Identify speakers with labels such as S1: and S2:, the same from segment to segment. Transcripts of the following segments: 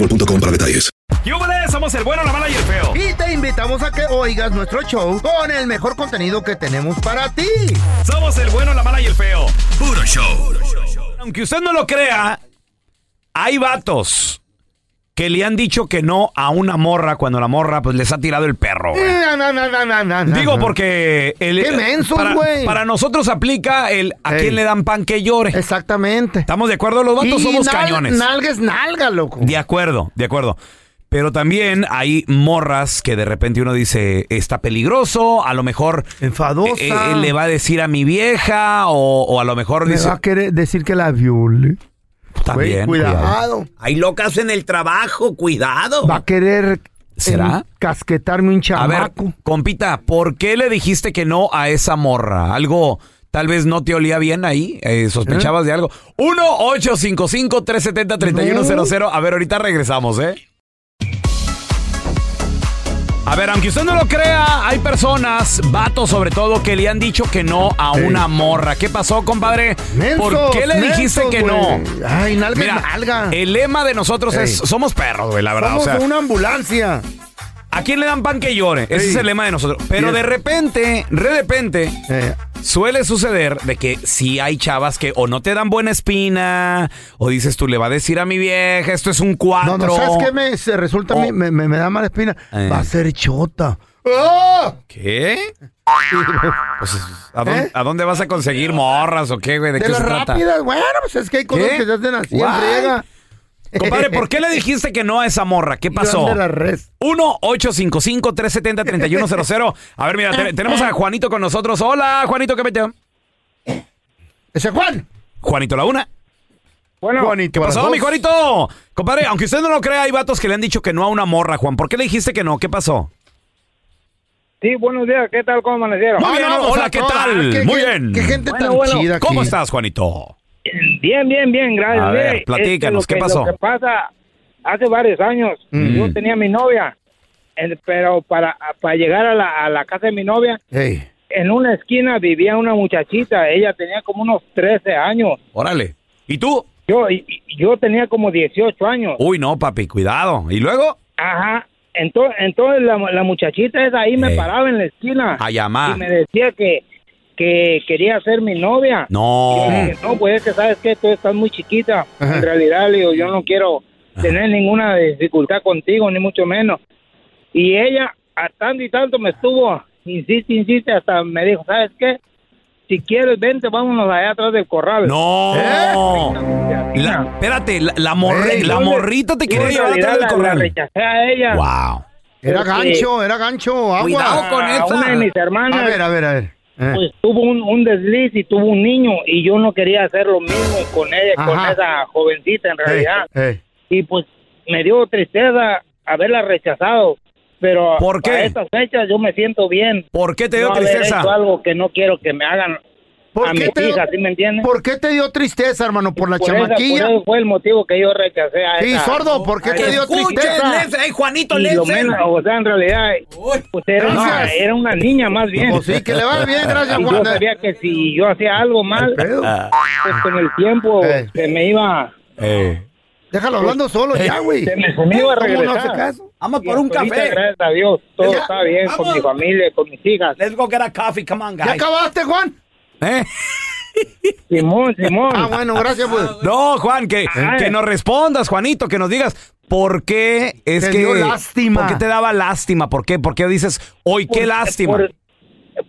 S1: para detalles.
S2: ¡Yúbales! Somos el bueno, la mala y el feo.
S3: Y te invitamos a que oigas nuestro show con el mejor contenido que tenemos para ti.
S2: Somos el bueno, la mala y el feo.
S1: Puro show.
S2: Aunque usted no lo crea, hay vatos que le han dicho que no a una morra cuando la morra pues les ha tirado el perro. güey.
S3: No, no, no, no, no, no, no.
S2: Digo porque el,
S3: Eh.
S2: eh,
S3: Qué mensos,
S2: para,
S3: güey.
S2: para nosotros aplica el a
S3: Ey.
S2: quién le dan pan que llore.
S3: Exactamente.
S2: ¿Estamos de acuerdo? Los vatos
S3: Y
S2: somos
S3: nal-
S2: cañones. eh,
S3: Nalga es nalga, loco.
S2: De acuerdo, de acuerdo. Pero también hay morras que de repente uno dice, está peligroso, a lo mejor
S3: Enfadosa.
S2: eh, eh, le va a decir a mi vieja o, o a lo mejor
S3: Me
S2: dice,
S3: va a querer decir que la viole.
S2: también,
S3: Güey, cuidado.
S2: Hay locas en el trabajo, cuidado.
S3: Va a querer eh,
S2: ¿Será?
S3: casquetarme un
S2: A ver,
S3: chamaco.
S2: compita, ¿por qué le dijiste que no a esa morra? Algo tal vez no te olía bien ahí, eh, sospechabas de algo. 1-855-370-3100. A ver, ahorita regresamos, ¿eh? A ver, aunque usted no lo crea, hay personas, vatos sobre todo, que le han dicho que no a una morra. ¿Qué pasó, compadre? ¿Por
S3: Mensos,
S2: qué le dijiste
S3: mensos,
S2: que
S3: güey.
S2: no?
S3: Ay, nalga es
S2: Mira,
S3: nalga.
S2: el lema de nosotros es,
S3: Ey.
S2: somos perros, güey, la verdad.
S3: Somos
S2: Ah, o sea,
S3: una ambulancia.
S2: ¿A quién le dan pan que llore? Ese
S3: Sí.
S2: es el lema de nosotros. Pero
S3: Bien.
S2: de repente, de repente,
S3: Eh,
S2: suele suceder de que si hay chavas que o no te dan buena espina, o dices tú le va a decir a mi vieja, esto es un cuatro.
S3: no, no, ¿sabes qué? Me, se resulta, a mí-
S2: Oh.
S3: me, me- me da mala espina.
S2: Eh.
S3: Va a ser chota.
S2: ¿Qué? Pues, ¿a, dónde,
S3: ¿Eh?
S2: a dónde vas a conseguir morras o qué, güey? ¿De,
S3: De
S2: qué se
S3: las
S2: trata?
S3: rápidas, bueno, pues es que hay cosas
S2: ¿Qué?
S3: que se hacen así en
S2: Guay.
S3: friega.
S2: Compadre, ¿por qué le dijiste que no a esa morra? ¿Qué pasó?
S3: Yo ando la res.
S2: 1-855-370-3100. A ver, mira, te- tenemos a Juanito con nosotros. Hola, Juanito, ¿qué metió?
S3: Ese Juan.
S2: Juanito, la una.
S4: Bueno,
S3: Juanito,
S2: ¿Qué
S3: a las
S2: pasó,
S3: dos.
S2: mi Juanito? Compadre, aunque usted no lo crea, hay vatos que le han dicho que no a una morra, Juan. ¿Por qué le dijiste que no? ¿Qué pasó?
S4: sí, buenos días. ¿Qué tal? ¿Cómo amanecieron?
S2: Muy
S3: Ah,
S2: bien,
S3: no,
S2: hola,
S3: o sea,
S2: ¿qué
S3: no,
S2: tal?
S3: ah, qué-
S2: Muy
S3: qué-
S2: bien.
S3: Qué gente
S4: Bueno,
S3: tan
S4: bueno.
S3: chida aquí.
S2: ¿Cómo estás, Juanito?
S4: Bien, bien, bien. Gracias.
S2: A ver,
S4: Mire,
S2: platícanos,
S4: este,
S2: ¿qué
S4: lo
S2: pasó?
S4: Que, lo que pasa, hace varios años
S3: Mm.
S4: yo tenía mi novia, en- pero para, para llegar a la, a la casa de mi novia,
S3: Ey,
S4: en una esquina vivía una muchachita. Ella tenía como unos 13 años.
S2: Órale. ¿Y tú?
S4: Yo, y- y yo tenía como 18 años.
S2: Uy, no, papi, cuidado. ¿Y luego?
S4: Ajá. Entonces, entonces la, la muchachita esa ahí me
S2: Eh.
S4: paraba en la esquina
S2: A llamar.
S4: y me decía que, que quería ser mi novia.
S2: No.
S4: Y yo le dije, no, pues es que sabes que tú estás muy chiquita.
S3: Ajá.
S4: En realidad, le digo, yo no quiero tener ninguna dificultad contigo, ni mucho menos. Y ella, a tanto y tanto me estuvo, insiste, insiste, hasta me dijo, ¿sabes qué? Si quieres, vente, vámonos allá atrás del corral.
S2: No. La- espérate, la, la morri-
S3: ¿Eh? Ey,
S2: la
S4: ¿dónde?
S2: morrita te
S4: Y en
S2: quería llevar atrás
S4: realidad
S2: del
S4: la- La
S2: corral.
S4: rechacé a ella.
S2: Wow.
S3: Era
S4: Porque-
S3: gancho, era gancho, agua.
S2: Cuidado con
S4: A una de mis hermanas.
S3: A ver, a ver, a ver. Eh.
S4: pues tuvo un, un desliz y tuvo un niño y yo no quería hacer lo mismo con ella,
S3: Ajá.
S4: con esa jovencita en realidad.
S3: Ey, ey.
S4: Y pues me dio tristeza haberla rechazado, pero
S2: ¿Por
S4: a
S2: qué?
S4: estas fechas yo me siento bien.
S2: ¿Por qué te dio
S4: no haber
S2: tristeza?
S4: hecho algo que no quiero que me hagan
S3: ¿Por
S5: a
S3: qué
S5: mis
S3: te-
S5: hijas, ¿sí me entiendes?
S3: ¿Por qué te dio tristeza, hermano? ¿Por la
S5: Por esa-
S3: chamaquilla?
S5: por eso fue el motivo que yo rechacé a
S3: sí,
S5: esa-
S3: sordo, ¿por qué
S5: a
S3: te
S5: esa-
S3: dio tristeza?
S2: Lefse! ¡Ey, Juanito,
S5: Y lo menos, o sea, en realidad, pues era, una,
S3: Gracias.
S5: era una niña más bien.
S3: Pues sí, que le va bien, gracias,
S5: Y yo
S3: Juan.
S5: sabía que si yo hacía algo mal,
S3: Pedro,
S5: pues con el tiempo
S3: Eh.
S5: se me iba,
S3: Déjalo hablando solo ya, güey.
S5: Pues, eh, se me, se me iba a
S3: ¿Cómo no hace
S5: regresar.
S3: caso?
S2: Vamos
S5: Y hasta ahorita, Gracias a Dios, todo
S3: Ya,
S5: está bien con
S2: vamos.
S5: mi familia, con mis hijas.
S2: Let's go get a coffee. Come on,
S3: ¿Ya
S2: guys.
S3: acabaste, Juan?
S2: ¿Eh?
S5: Simón, Simón.
S3: Ah, bueno, gracias, pues.
S2: No, Juan, que,
S3: Ah.
S5: Ay.
S2: que nos respondas, Juanito, que nos digas por qué es
S3: Te
S2: que.
S3: dio lástima.
S2: ¿Por qué te daba lástima? ¿Por qué? ¿Por qué dices hoy qué
S5: Por-
S2: lástima?
S5: Por,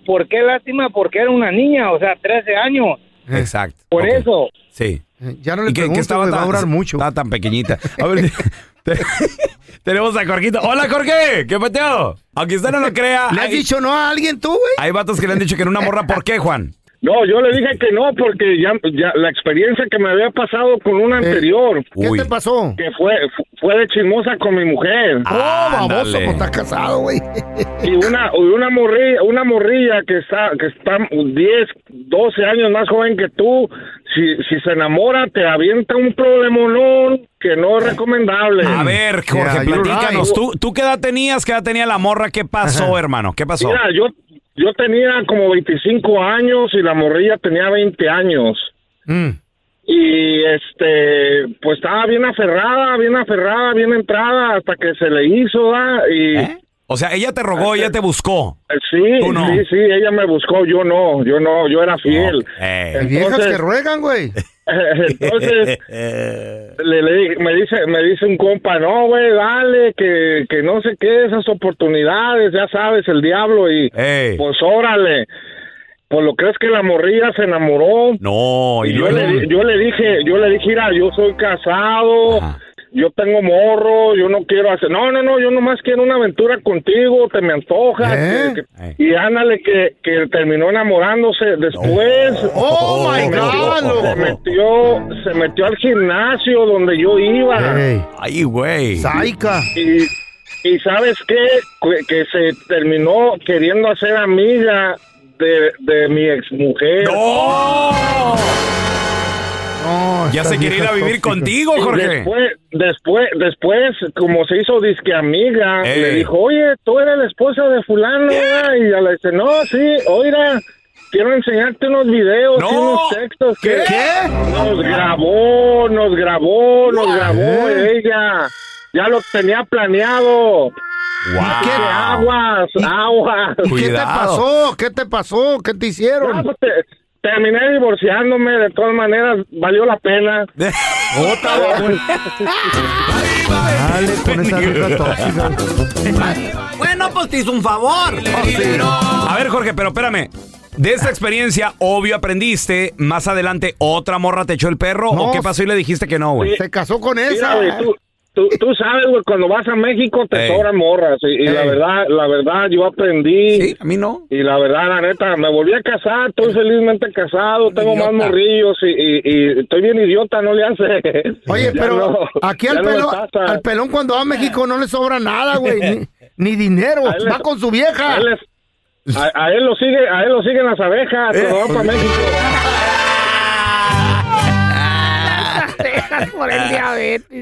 S5: ¿por qué lástima? Porque era una niña, o sea, 13 años.
S2: Exacto.
S5: Por
S2: Ok.
S5: eso.
S2: Sí.
S3: Eh, Ya no le
S2: Y que- que,
S3: pregunto,
S2: estaba
S3: güey,
S2: tan,
S3: va a durar mucho.
S2: estaba tan pequeñita. A ver, te- tenemos a Jorgito. Hola, Jorge. ¿Qué pateo? Aunque usted no lo crea,
S3: ¿Le has
S2: hay,
S3: dicho no a alguien tú, güey?
S2: hay vatos que le han dicho que en una morra, ¿por qué, Juan?
S4: No, yo le dije que no porque ya, ya la experiencia que me había pasado con una anterior,
S3: ¿Qué te pasó?
S4: que fue, fue de chismosa con mi mujer,
S5: Ah,
S3: oh, baboso,
S2: Ándale.
S3: pues estás casado, güey.
S4: y una, y una morrilla, una morrilla que está, que está 10, 12 años más joven que tú, si, si se enamora te avienta un problemón que no es recomendable.
S2: A ver,
S3: Yeah,
S2: Jorge,
S3: you're
S2: platícanos. ¿Tú, ¿Tú qué edad tenías? ¿Qué edad tenía la morra? ¿Qué pasó, hermano? ¿Qué pasó?
S4: Mira, yo, yo tenía como 25 años y la morrilla tenía 20 años.
S3: Mm.
S4: Y este, pues estaba bien aferrada, bien aferrada, bien entrada hasta que se le hizo, ¿va? Y
S2: ¿Eh? O sea, ella te rogó, ella te buscó.
S4: eh, sí,
S2: Tú no.
S4: sí, sí, ella me buscó, yo no, yo no, yo era fiel.
S3: Hay
S2: Eh,
S3: viejas
S4: Entonces-
S3: que ruegan, güey.
S4: Entonces le, le dije- me dice me dice un compa, no, güey, dale, que, que no sé qué, esas oportunidades, ya sabes, el diablo y
S2: eh.
S4: pues órale. Pues lo crees que la morrilla se enamoró.
S2: No, y
S4: Y yo
S2: luego.
S4: le, di- yo le dije, yo le dije, mira, yo soy casado,
S2: Ajá.
S4: yo tengo morro, yo no quiero hacer, no, no, no, yo nomás quiero una aventura contigo, te me antojas.
S3: ¿Eh?
S4: que- que-
S2: Eh.
S4: y ándale que, que terminó enamorándose después.
S3: Oh, my
S4: se
S3: God,
S4: metió,
S3: loco.
S4: se metió, se metió al gimnasio donde yo iba.
S3: Ey,
S2: Ay, güey.
S3: saica.
S4: Y, y sabes qué, que, que se terminó queriendo hacer amiga de, de mi exmujer.
S2: ¡No!
S3: No,
S2: Ya
S3: estas
S2: se quiere ir a
S3: viejas
S2: vivir
S3: tóxicas.
S2: contigo,
S4: Y
S2: Jorge.
S4: Después, después, después, como se hizo disque amiga,
S2: Eh.
S4: le dijo, oye, tú eres la esposa de fulano, ¿verdad?" y ella le dice, no, sí, oiga, quiero enseñarte unos videos,
S2: No.
S4: y unos textos que
S3: ¿Qué?
S4: nos grabó, nos grabó, nos grabó
S3: Eh.
S4: ella. Ya lo tenía planeado.
S2: Guau.
S4: Que aguas, aguas.
S3: ¿Y ¿Qué te
S2: Ah. Cuidado.
S3: pasó? ¿Qué te pasó? ¿Qué te
S4: Ah,
S3: hicieron?
S4: pues, te- terminé divorciándome, de todas maneras, valió la pena.
S3: Otra, güey.
S4: eh.
S3: Dale
S4: pues.
S3: con esa vieja tóxica.
S2: Bueno, pues te hizo un favor. Oh, A ver, Jorge, pero espérame. De esta experiencia, obvio, aprendiste. Más adelante, ¿otra morra te echó el perro?
S3: No.
S2: ¿O qué pasó y le dijiste que no, güey?
S3: Se casó con esa.
S4: Mira, güey, tú, tú, tú sabes, güey, cuando vas a México te
S2: Ey.
S4: sobran morras. Y, y la
S3: Ey.
S4: verdad, la verdad, yo aprendí.
S2: Sí, a mí no.
S4: Y la verdad, la neta, me volví a casar, estoy felizmente casado, tengo más morrillos y, y- y estoy bien idiota, no le hace.
S3: Oye,
S4: Ya
S3: pero
S4: no-
S3: aquí
S4: ya
S3: al,
S4: no me
S3: pelón,
S4: pasa.
S3: al pelón cuando va a México no le sobra nada, güey. Ni, ni dinero.
S4: A él le-
S3: Va con su
S4: A
S3: vieja.
S4: él, es- a- a él lo sigue, a él lo siguen las
S3: Eh.
S4: abejas, pero va para México.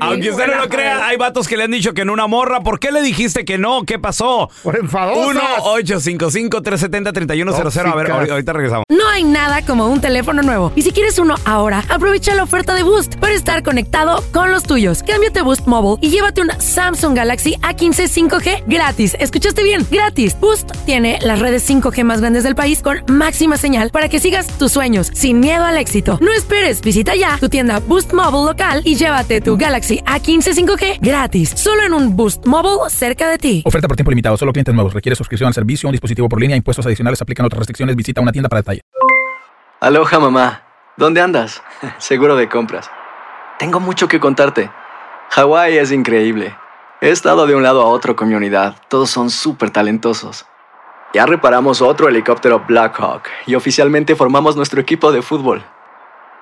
S2: Aunque usted no lo crea, hay vatos que le han dicho que en una morra. ¿Por qué le dijiste que no? ¿Qué pasó?
S3: Por enfadosas.
S2: 1-855-370-3100. A ver, ahor- ahorita regresamos.
S6: No hay nada como un teléfono nuevo. Y si quieres uno ahora, aprovecha la oferta de Boost para estar conectado con los tuyos. Cámbiate a Boost Mobile y llévate un Samsung Galaxy A15 5G gratis. ¿Escuchaste bien? Gratis. Boost tiene las redes 5G más grandes del país con máxima señal para que sigas tus sueños sin miedo al éxito. No esperes, visita ya tu tienda Boost Mobile local y llévate tu Galaxy A15 5G gratis. Solo en un Boost Mobile cerca de ti.
S1: Oferta por tiempo limitado, solo clientes nuevos. Requiere suscripción al servicio, un dispositivo por línea, impuestos adicionales, aplican otras restricciones. Visita una tienda para detalle.
S7: Aloha, mamá. ¿Dónde andas? Seguro de compras. Tengo mucho que contarte. Hawái es increíble. He estado de un lado a otro con mi unidad. Todos son súper talentosos. Ya reparamos otro helicóptero Blackhawk y oficialmente formamos nuestro equipo de fútbol.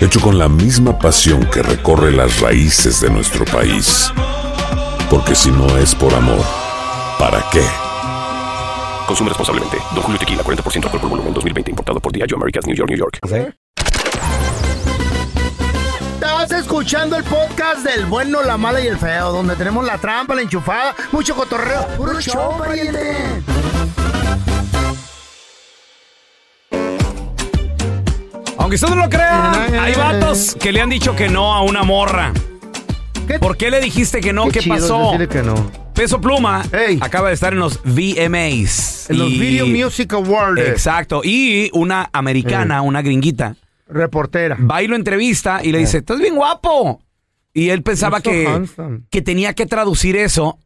S1: hecho con la misma pasión que recorre las raíces de nuestro país. Porque si no es por amor, ¿para qué?
S8: Consume responsablemente. Don Julio Tequila, 40% alcohol por volumen, 2020. Importado por Diageo Americas, New York, New York.
S3: Estás escuchando el podcast del bueno, la mala y el feo, donde tenemos la trampa, la enchufada, mucho cotorreo. ¡Puro show, pariente!
S2: Aunque usted no lo crea, hay vatos que le han dicho que no a una morra. ¿Por qué le dijiste que no? Oh, ¿Qué,
S3: chido es
S2: pasó?
S3: decirle que no.
S2: Peso Pluma acaba de estar en los VMAs.
S3: En los
S2: y-
S3: Video Music Awards.
S2: Exacto. Y una americana, una gringuita.
S3: Reportera.
S2: Va y lo entrevista y le
S3: Eh.
S2: dice, estás bien guapo. Y él pensaba
S3: You're so
S2: que,
S3: handsome.
S2: que tenía que traducir eso.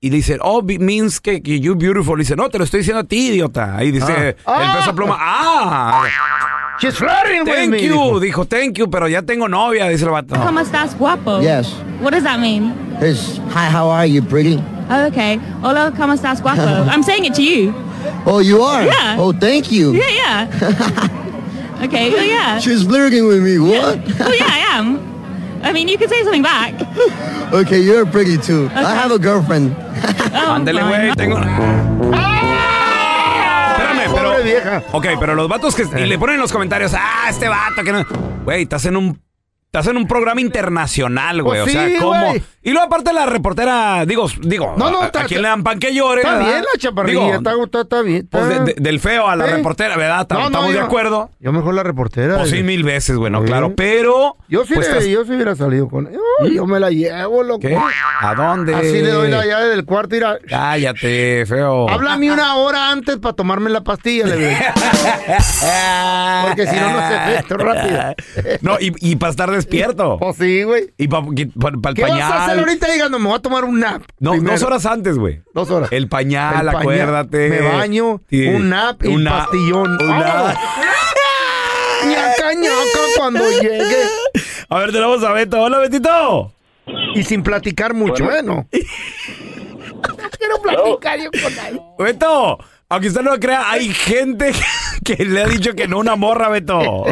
S2: Y le dice, oh, be- means que, que you're beautiful. Le dice, no, te lo estoy diciendo a ti, idiota. Ahí dice,
S3: Ah.
S2: el peso pluma, ah.
S3: She's flirting with
S2: thank
S3: me,
S2: you,
S3: dijo.
S2: dijo. thank you, pero ya tengo novia, dice el vato.
S9: ¿Cómo estás, guapo?
S2: Yes.
S9: What does that mean?
S7: It's, hi, how are you, pretty?
S9: Oh, okay. Hola, ¿cómo estás, guapo? I'm saying it to you.
S7: Oh, you are?
S9: Yeah.
S7: Oh, thank you.
S9: Yeah, yeah. okay, oh yeah.
S7: She's flirting with me. What?
S9: Oh yeah, I am. I mean, you can say something back.
S7: Okay, you're pretty too. I
S9: Okay.
S7: have a girlfriend.
S2: Ándale, güey, tengo...
S3: Ah.
S2: Espérame, pero... Ok, pero los vatos que... Y
S3: Eh.
S2: le ponen en los comentarios, ah, este vato que no... Güey, estás en un... Estás en un programa internacional, güey.
S3: Pues
S2: o sea,
S3: sí,
S2: ¿cómo?
S3: güey.
S2: Y luego aparte la reportera, digo, digo,
S3: No, no,
S2: a,
S3: está-
S2: a quien le dan pan que llore.
S3: Está
S2: ¿verdad?
S3: bien la chaparrilla,
S2: Digo,
S3: está, está, está bien. está-
S2: pues, de- de- del feo a la
S3: Sí.
S2: reportera, ¿verdad?
S3: No, no,
S2: Estamos de
S3: yo-
S2: acuerdo.
S3: Yo mejor la reportera. eh.
S2: Pues sí, mil veces, bueno, claro. Pero.
S3: Yo sí,
S2: pues,
S3: le-
S2: tras-
S3: yo sí hubiera salido con ella. Yo me la llevo, loco.
S2: ¿Qué? ¿A dónde?
S3: Así le doy la llave del cuarto y la...
S2: Cállate, feo.
S3: Háblame una hora antes para tomarme la pastilla, le digo. Porque si no, no se ve esto rápido.
S2: No, y, y para estar despierto.
S3: Pues sí, güey.
S2: Y para el
S3: ¿Qué vas a hacer
S2: pañal.
S3: ahorita? Digan, no, me voy a tomar un nap.
S2: No,
S3: primero.
S2: dos horas antes, güey.
S3: Dos horas.
S2: El pañal,
S3: El pañal.
S2: acuérdate.
S3: Me baño,
S2: Sí.
S3: un nap y
S2: Un nap.
S3: pastillón.
S2: Un
S3: ¡Vámonos!
S2: nap.
S3: Ñaca, ñaca, cuando llegue.
S2: A ver, tenemos a Beto. Hola, Betito.
S3: Y sin platicar mucho, bueno. Quiero platicar yo con nadie.
S2: Beto, aunque usted no lo crea, hay gente que le ha dicho que no una morra, Beto.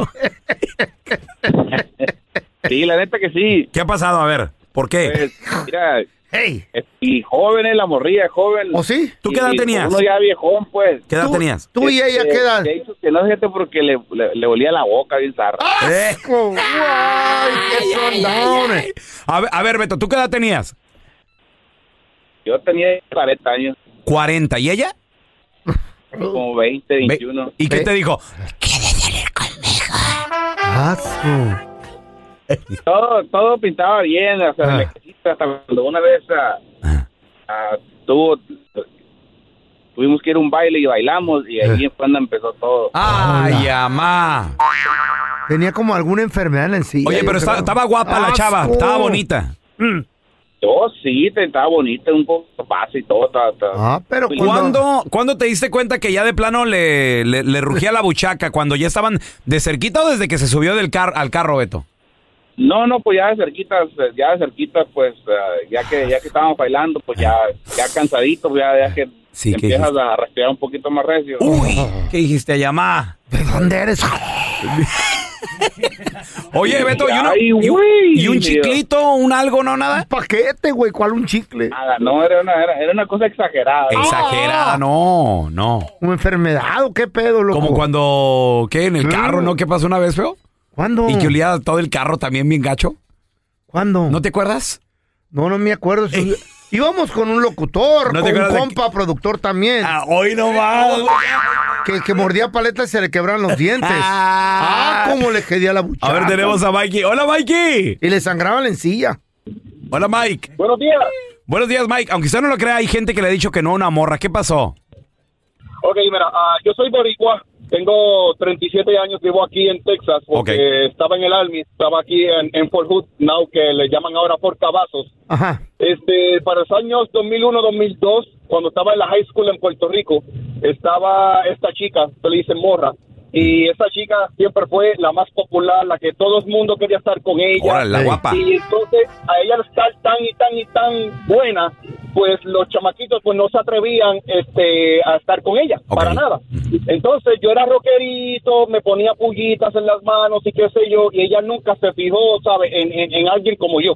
S4: Sí, la neta que sí.
S2: ¿Qué ha pasado? A ver, ¿por qué?
S4: Pues, mira,
S3: hey.
S4: y joven es la morrilla, joven. ¿O
S3: sí?
S2: ¿Oh, ¿Tú qué edad tenías?
S4: Uno ya viejón, pues.
S2: ¿Qué edad Tú- tenías? tú y ella,
S4: Este,
S2: ¿qué edad?
S4: de hecho, que no gente porque le, le, le olía la boca bien zarra.
S2: Eh,
S3: qué sondones!
S2: A ver, a ver, Beto, ¿tú qué edad tenías?
S4: Yo tenía 40 años,
S2: 40. ¿Y ella? Oh.
S4: como 20, 21.
S2: ¿Y qué te dijo?
S3: Asco.
S4: Todo, todo pintaba bien, o
S2: Ah.
S4: sea, la casita, hasta cuando una vez ah, ah, tuvo... Tuvimos que ir a un baile y bailamos y
S2: Ah.
S4: ahí fue cuando empezó todo.
S2: ¡Ay, amá!
S3: Tenía como alguna enfermedad en la encía.
S2: Oye,
S3: yo creo.
S2: pero esta- estaba guapa la chava,
S3: Asco.
S2: estaba bonita.
S4: Yo sí, te- estaba bonita, un poco pase y todo. ta- ta-
S2: Ah,
S4: Pues,
S2: Pero ¿cuándo, ¿cuándo te diste cuenta que ya de plano le, le, le rugía la buchaca? ¿Cuando ya estaban de cerquita o desde que se subió del car al carro, Beto?
S4: No, no, pues ya de cerquita, ya de cerquita, pues eh, ya que ya que estábamos bailando, pues ya, ya cansadito, pues ya, ya que
S2: Sí, ¿qué
S4: empiezas
S2: dijiste?
S4: a respirar un poquito más recio.
S3: Oh,
S2: ¿Qué dijiste, llamá?
S3: ¿De dónde eres?
S2: Oye, Beto, ¿y, una-
S4: Ay,
S2: y un-
S4: güey.
S2: y un chiclito, un algo, no nada?
S3: Un paquete, güey, ¿cuál un chicle?
S4: Nada, no, era una, era, era una cosa exagerada.
S2: Exagerada, no, no.
S3: ¿Una enfermedad o qué pedo, loco?
S2: Como cuando, ¿qué? En el carro, ¿no? ¿Qué pasó una vez, feo?
S3: ¿Cuándo?
S2: Y que olía todo el carro también bien gacho.
S3: ¿Cuándo?
S2: ¿No te acuerdas?
S3: No, no me acuerdo. Si- Íbamos con un locutor,
S2: ¿No te
S3: con un
S2: acuerdas de
S3: compa productor también.
S2: hoy no va.
S3: Que, que mordía paletas y se le quebraban los dientes. ah, cómo le quedía la buchaca.
S2: A ver, tenemos a Mikey. ¡Hola, Mikey!
S3: Y le sangraba la encilla.
S2: Hola, Mike.
S4: Buenos días.
S2: Buenos días, Mike. Aunque usted no lo crea, hay gente que le ha dicho que no a una morra. ¿Qué pasó?
S10: Ok, mira, ah, yo soy boricua, tengo 37 años, vivo aquí en Texas porque estaba en el Army, estaba aquí en, en Fort Hood, now que le llaman ahora Fort Cavazos.
S3: Ajá.
S10: Este, para los años 2001-2002, cuando estaba en la high school en Puerto Rico, estaba esta chica, se le dice morra,
S4: Y esa chica siempre fue la más popular, la que todo el mundo quería estar con ella.
S2: Órale, la guapa.
S4: Y entonces, a ella al estar tan y tan y tan buena, pues los chamaquitos pues no se atrevían este, a estar con ella, para nada. Entonces, yo era rockerito, me ponía pullitas en las manos y qué sé yo, y ella nunca se fijó, ¿sabe?, en, en- en alguien como yo.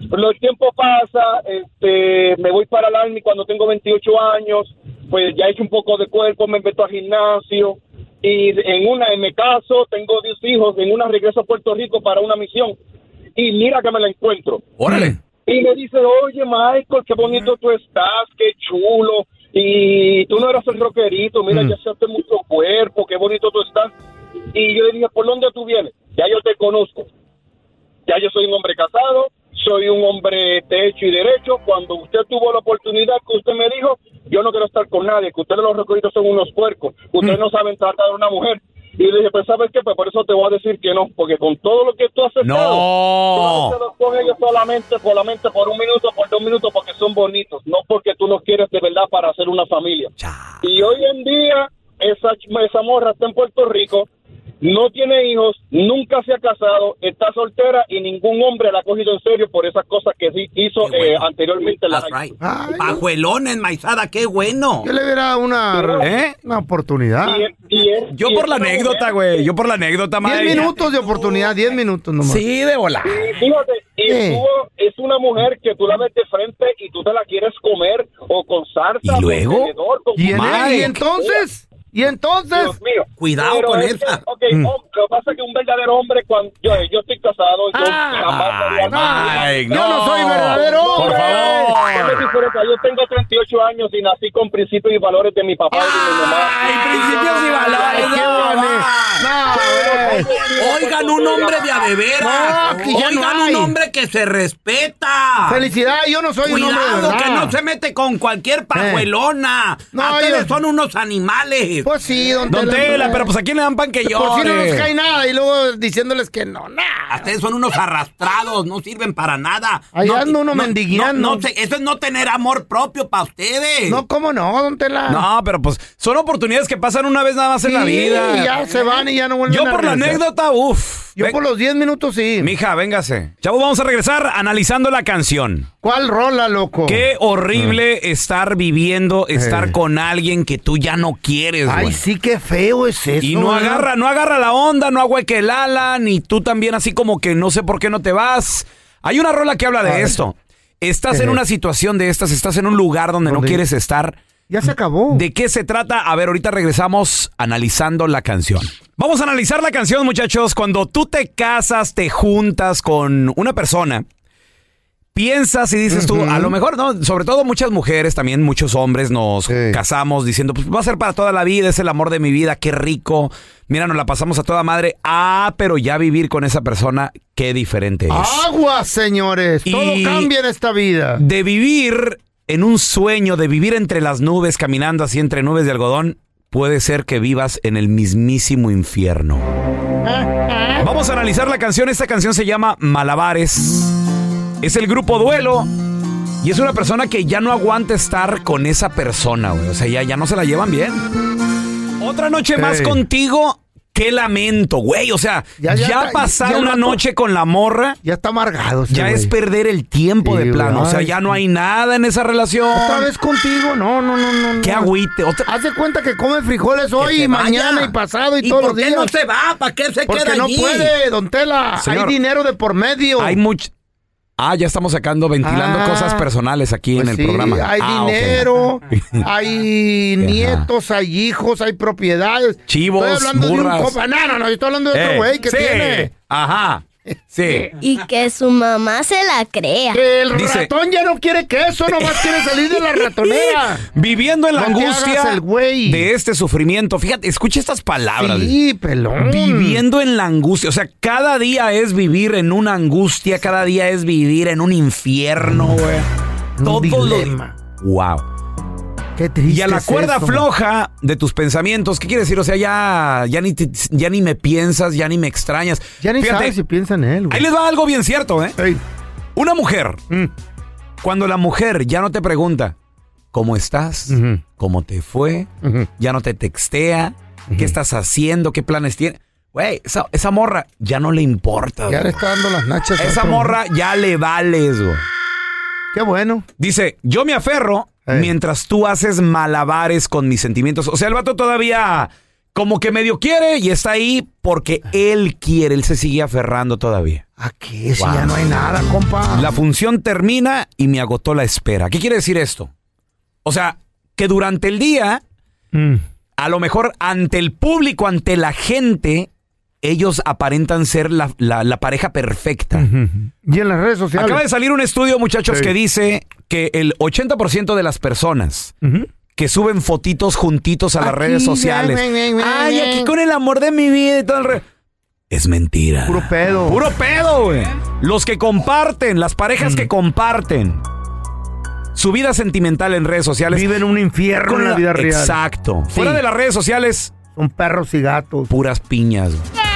S4: Los tiempos pasan, este, me voy para el Army cuando tengo 28 años, pues ya hice un poco de cuerpo, me meto al gimnasio y en una en mi caso tengo 10 hijos, en una regreso a Puerto Rico para una misión y mira que me la encuentro.
S2: Órale.
S4: Y me dice, oye Michael, qué bonito tú estás, qué chulo. Y tú no eras el rockerito, mira, ya se hace mucho cuerpo, qué bonito tú estás. Y yo le dije, ¿por dónde tú vienes? Ya yo te conozco. Ya yo soy un hombre casado, soy un hombre de hecho y derecho. Cuando usted tuvo la oportunidad que usted me dijo, yo no quiero estar con nadie, que ustedes los recorridos son unos puercos, que ustedes no saben tratar a una mujer. Y le dije, pues sabes qué, pues por eso te voy a decir que no, porque con todo lo que tú has aceptado,
S2: No.
S4: tú has estado con ellos solamente, solamente por un minuto, por dos minutos, porque son bonitos, no porque tú los quieres de verdad para hacer una familia. Y hoy en día, esa, ch- esa morra está en Puerto Rico, no tiene hijos, nunca se ha casado, está soltera y ningún hombre la ha cogido en serio por esas cosas que sí hizo eh, anteriormente. La
S3: Pajuelón
S2: enmaizada, qué bueno. ¿Eh?
S3: Yo le hubiera dado una, una oportunidad.
S2: Ah. Yo por la anécdota, güey. Yo por la anécdota, madre.
S3: Diez minutos de oportunidad, diez minutos nomás.
S2: Sí, de volar.
S4: Y fíjate, y
S3: Sí.
S4: tú- es una mujer que tú la ves de frente y tú te la quieres comer o con sarta.
S3: ¿Y
S4: con
S3: luego?
S4: tenedor, con-
S3: ¿Y, en- y entonces? ¿Y entonces?
S4: Dios mío.
S3: Cuidado
S4: Pero
S3: con
S4: es
S3: esa.
S4: que, ok,
S3: Mm.
S4: hom- lo que pasa es que un verdadero hombre, cuando yo, yo estoy casado, yo
S2: Ah. Ay, Mike, no. Por
S4: Yo
S2: favor.
S4: tengo 38 años y nací con principios y valores de mi papá y de mi mamá. ¡Ay,
S2: principios y valores!
S4: ¡Qué
S11: Oigan un hombre de
S3: No,
S11: adeveras.
S3: aquí ya no
S11: Oigan
S3: hay.
S11: un hombre que se respeta.
S3: Felicidad, yo no soy un
S11: Cuidado,
S3: hombre de verdad.
S11: que no se mete con cualquier pajuelona.
S3: No,
S11: Ustedes
S3: yo-
S11: son unos animales.
S3: Pues sí, don
S11: Don Tela, pero pues
S2: ¿a quién le dan pan que
S3: Por si no
S11: llore?
S3: nos cae nada y luego diciéndoles que no, nada.
S11: Ustedes son unos arrastrados, no sirven para nada.
S3: Ahí
S11: no,
S3: anda uno
S11: no-
S3: mendigueando.
S11: no- no te- eso es no tener amor propio para ustedes.
S3: No, ¿cómo no, don Tela?
S2: No, pero pues son oportunidades que pasan una vez nada más en la
S3: Ah. Sí,
S2: vida.
S3: ya se van y ya no vuelven
S2: Yo
S3: a
S2: por la
S3: regresar.
S2: anécdota, uff.
S3: Yo por los 10 minutos sí.
S2: Mija, véngase. Chavos, vamos a regresar analizando la canción.
S3: ¿Cuál rola, loco?
S2: Qué horrible estar viviendo, estar
S3: Oh. Ah. Eh.
S2: con alguien que tú ya no quieres,
S3: Ay,
S2: güey.
S3: sí, qué feo es eso.
S2: Y no
S3: ¿verdad?
S2: agarra, no agarra la onda, no que el ala, ni tú también así como que no sé por qué no te vas. Hay una rola que habla de esto. Estás en
S3: Ejé.
S2: una situación de estas, estás en un lugar donde no
S3: Donde-
S2: quieres estar.
S3: Ya se acabó.
S2: ¿De qué se trata? A ver, ahorita regresamos analizando la canción. Vamos a analizar la canción, muchachos. Cuando tú te casas, te juntas con una persona, piensas y dices tú, a lo mejor, ¿no? Sobre todo muchas mujeres, también muchos hombres nos casamos diciendo, pues va a ser para toda la vida, es el amor de mi vida, qué rico. Mira, nos la pasamos a toda madre. Ah, pero ya vivir con esa persona, qué diferente es.
S3: Agua, señores. Todo
S2: Y-
S3: cambia en esta vida.
S2: De vivir en un sueño, de vivir entre las nubes, caminando así entre nubes de algodón, puede ser que vivas en el mismísimo infierno. Vamos a analizar la canción. Esta canción se llama Malabares. Es el grupo Duelo. Y es una persona que ya no aguanta estar con esa persona, güey. O sea, ya, ya no se la llevan bien. Otra noche más
S11: Ey.
S2: contigo. Qué lamento, güey. O sea, ya,
S11: Ya, ya está-
S2: pasar
S11: ya el
S2: una
S11: vato-
S2: noche con la morra.
S3: Ya está amargado. este
S2: Ya es perder el tiempo de plano. O sea, ya no hay nada en esa relación.
S3: Otra vez contigo, no, no, no, no.
S2: Qué
S3: no.
S2: agüite.
S3: Haz de cuenta que come frijoles hoy
S11: se
S3: y mañana
S11: vaya.
S3: y pasado y,
S11: ¿Y
S3: todos
S11: por
S3: los
S11: qué
S3: días.
S11: no se va? ¿Para qué se
S3: Porque
S11: queda
S3: no
S11: allí?
S3: puede, don Tela.
S2: Señor.
S3: hay dinero de por medio.
S2: Hay mucho. Ah, ya estamos sacando, ventilando
S3: Ah. Pues
S2: cosas personales aquí en el
S3: Sí,
S2: programa.
S3: hay
S2: Ah, ok.
S3: dinero, hay nietos, hay hijos, hay propiedades.
S2: Chivos,
S3: Estoy hablando de
S2: burras.
S3: un compa. No, no, no, yo estoy hablando de otro
S2: Eh,
S3: güey que
S2: sí,
S3: tiene.
S2: Ajá. Sí.
S12: Y que su mamá se la crea.
S3: El ratón ya no quiere queso, nomás quiere salir de la ratonera.
S2: Viviendo en la
S3: No te hagas
S2: angustia
S3: el güey.
S2: de este sufrimiento. Fíjate, escucha estas palabras.
S3: Sí, pelón.
S2: Viviendo en la angustia. O sea, cada día es vivir en una angustia, cada día es vivir en un infierno, güey. Todo
S3: dilema.
S2: lo. Wow.
S3: Qué triste.
S2: Y a la
S3: es
S2: cuerda
S3: eso.
S2: floja de tus pensamientos, ¿qué quiere decir? O sea, ya, ya, ni, te- ya ni me piensas, ya ni me extrañas.
S3: Ya ni
S2: Fíjate,
S3: sabes si piensa en él, güey.
S2: Ahí les va algo bien cierto, ¿eh? Una mujer,
S3: Mm.
S2: cuando la mujer ya no te pregunta cómo estás, cómo te fue, ya no te textea, ¿Qué estás haciendo? ¿Qué planes tienes? Güey, esa, esa morra ya no le importa.
S3: Ya
S2: güey.
S3: le está dando las nachas. a
S2: Esa
S3: otro.
S2: morra ya le vales, güey.
S3: Qué bueno.
S2: Dice, yo me aferro mientras tú haces malabares con mis sentimientos. O sea, el vato todavía como que medio quiere y está ahí porque él quiere. Él se sigue aferrando todavía.
S3: ¿A qué? Si ya no hay nada, compa.
S2: La función termina y me agotó la espera. ¿Qué quiere decir esto? O sea, que durante el día,
S3: Mm.
S2: a lo mejor ante el público, ante la gente, ellos aparentan ser la, la- la pareja perfecta.
S3: Y en las redes sociales.
S2: Acaba de salir un estudio, muchachos,
S3: Sí.
S2: que dice que el 80% de las personas que suben fotitos juntitos a las redes sociales
S3: Ay,
S2: aquí con el amor de mi vida y todo el re... es mentira. Puro
S3: pedo.
S2: Puro pedo, güey. Los que comparten, las parejas que comparten su vida sentimental en redes sociales.
S3: Viven un infierno
S2: Con
S3: en la vida real.
S2: Exacto. Fuera
S3: Sí.
S2: de las redes sociales.
S3: Son perros y gatos.
S2: Puras piñas. güey.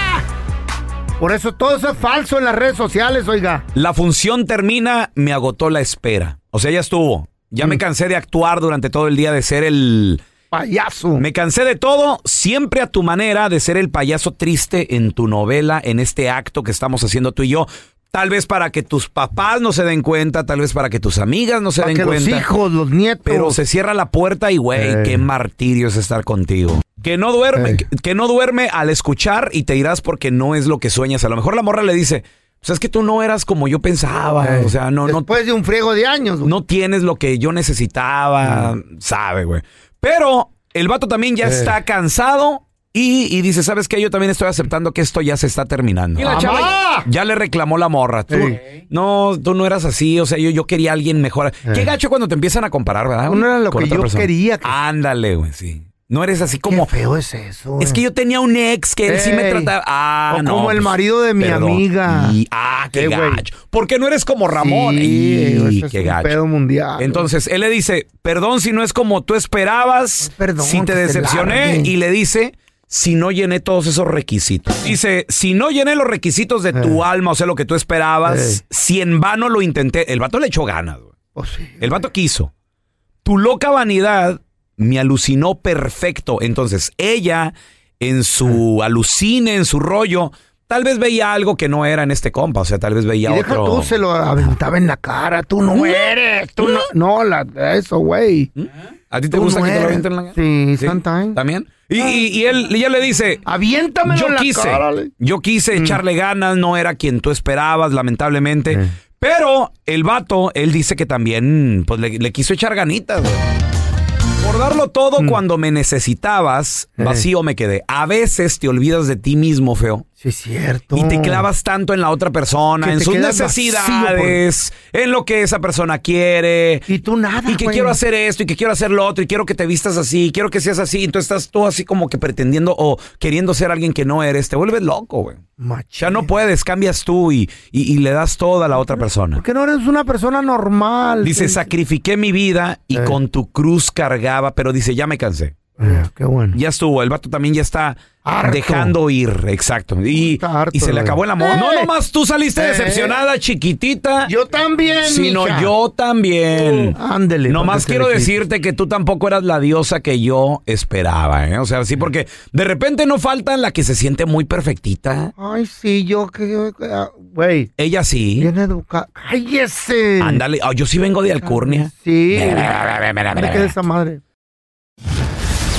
S3: Por eso todo eso es falso en las redes sociales, oiga.
S2: La función termina, me agotó la espera. O sea, ya estuvo. Ya
S3: Mm.
S2: me cansé de actuar durante todo el día, de ser el...
S3: Payaso.
S2: Me cansé de todo, siempre a tu manera, de ser el payaso triste en tu novela, en este acto que estamos haciendo tú y yo. Tal vez para que tus papás no se den cuenta, tal vez para que tus amigas no se den
S3: que los
S2: cuenta.
S3: hijos, los nietos.
S2: Pero se cierra la puerta y, güey, qué martirio es estar contigo. Que no duerme, que- que no duerme al escuchar y te irás porque no es lo que sueñas. A lo mejor la morra le dice, sabes que tú no eras como yo pensaba. O sea, no, no.
S3: Después de un friego de años.
S2: No tienes lo que yo necesitaba. Sabe, güey. Pero el vato también ya
S3: Mm. Eh.
S2: está cansado. Y, y dice, ¿sabes qué? Yo también estoy aceptando que esto ya se está terminando. Ah,
S3: Y la chava- ¡Mamá!
S2: ya le reclamó la morra. Tú, No, tú no eras así. O sea, yo, yo quería a alguien mejor. Qué gacho cuando te empiezan a comparar, ¿verdad?
S3: Tú Eh. no eras lo
S2: Con
S3: que
S2: otra
S3: yo quería
S2: Ándale, güey, sí. No eres así como...
S3: Qué feo es eso. eh.
S2: Es que yo tenía un ex que él sí me
S3: Ey.
S2: trataba... Ah,
S3: O
S2: no,
S3: como el
S2: pues,
S3: marido de mi
S2: perdón.
S3: amiga.
S2: Y- ah, qué
S3: Eh, güey.
S2: gacho. ¿Por qué no eres como Ramón?
S3: Sí,
S2: Y-
S3: ese es
S2: qué
S3: un
S2: gacho.
S3: pedo mundial.
S2: Entonces, él le dice, perdón si no es como tú esperabas, si te
S3: que se
S2: decepcioné,
S3: largue.
S2: y le dice, si no llené todos esos requisitos. Dice, si no llené los requisitos de tu alma, o sea, lo que tú esperabas,
S3: Eh.
S2: si en vano lo intenté, el vato le echó ganas. güey.
S3: Pues
S2: el vato
S3: Eh.
S2: quiso. Tu loca vanidad me alucinó perfecto. Entonces, ella, en su
S3: Eh.
S2: alucine, en su rollo, tal vez veía algo que no era en este compa, o sea, tal vez
S3: Y
S2: veía
S3: deja
S2: otro... ¿Mm?
S3: tú, se lo aventaba en la cara. Tú no eres. Tú no. No, la, eso, güey.
S2: ¿A ti te
S3: Tú
S2: gusta
S3: no
S2: que te lo
S3: eres.
S2: avienten en
S3: Sí,
S2: la
S3: Ah.
S2: Sí.
S3: sometimes.
S2: ¿También? Y, y- y él ya le dice,
S3: Aviéntamelo
S2: yo
S3: en la
S2: quise,
S3: cara, Mm. le-
S2: yo quise echarle ganas, no era quien tú esperabas, lamentablemente. Pero el vato, él dice que también, pues le, le quiso echar ganitas. güey. Por darlo todo
S3: Mm.
S2: cuando me necesitabas, vacío me quedé. A veces te olvidas de ti mismo, feo.
S3: Sí, es cierto.
S2: Y te clavas tanto en la otra persona,
S3: Mm. Que
S2: en
S3: te
S2: sus
S3: quedas vacío,
S2: necesidades, en lo que esa persona quiere.
S3: Y tú nada.
S2: Y que
S3: güey.
S2: quiero hacer esto, y que quiero hacer lo otro, y quiero que te vistas así, y quiero que seas así. Y tú estás tú así como que pretendiendo o queriendo ser alguien que no eres. Te vuelves loco, güey. Ya no puedes, cambias tú y, y- y le das toda a la otra persona.
S3: Que no eres una persona normal.
S2: Dice,
S3: Sí.
S2: sacrifiqué mi vida y con tu cruz cargaba, pero dice, ya me cansé.
S3: Eh, Qué bueno.
S2: Ya estuvo, el vato también ya está dejando ir, exacto. Y, y se le
S3: güey.
S2: acabó el amor. No,
S3: Eh.
S2: nomás tú saliste
S3: Eh.
S2: decepcionada, chiquitita.
S3: Yo también,
S2: Sino
S3: mija.
S2: yo también.
S3: Ándele. para que
S2: Nomás
S3: se
S2: quiero
S3: le quite.
S2: decirte que tú tampoco eras la diosa que yo esperaba, ¿eh? O sea, sí, porque de repente no falta la que se siente muy perfectita.
S3: Ay, sí, yo que. yo- ah, Güey.
S2: Ella sí.
S3: Bien educada. ¡Cállese!
S2: Ándale, Ah, yo sí vengo de Alcurnia.
S3: Sí.
S2: Mira, mira, mira, mira,
S3: ¿Dónde
S2: mira,
S3: queda
S2: mira.
S3: esa madre?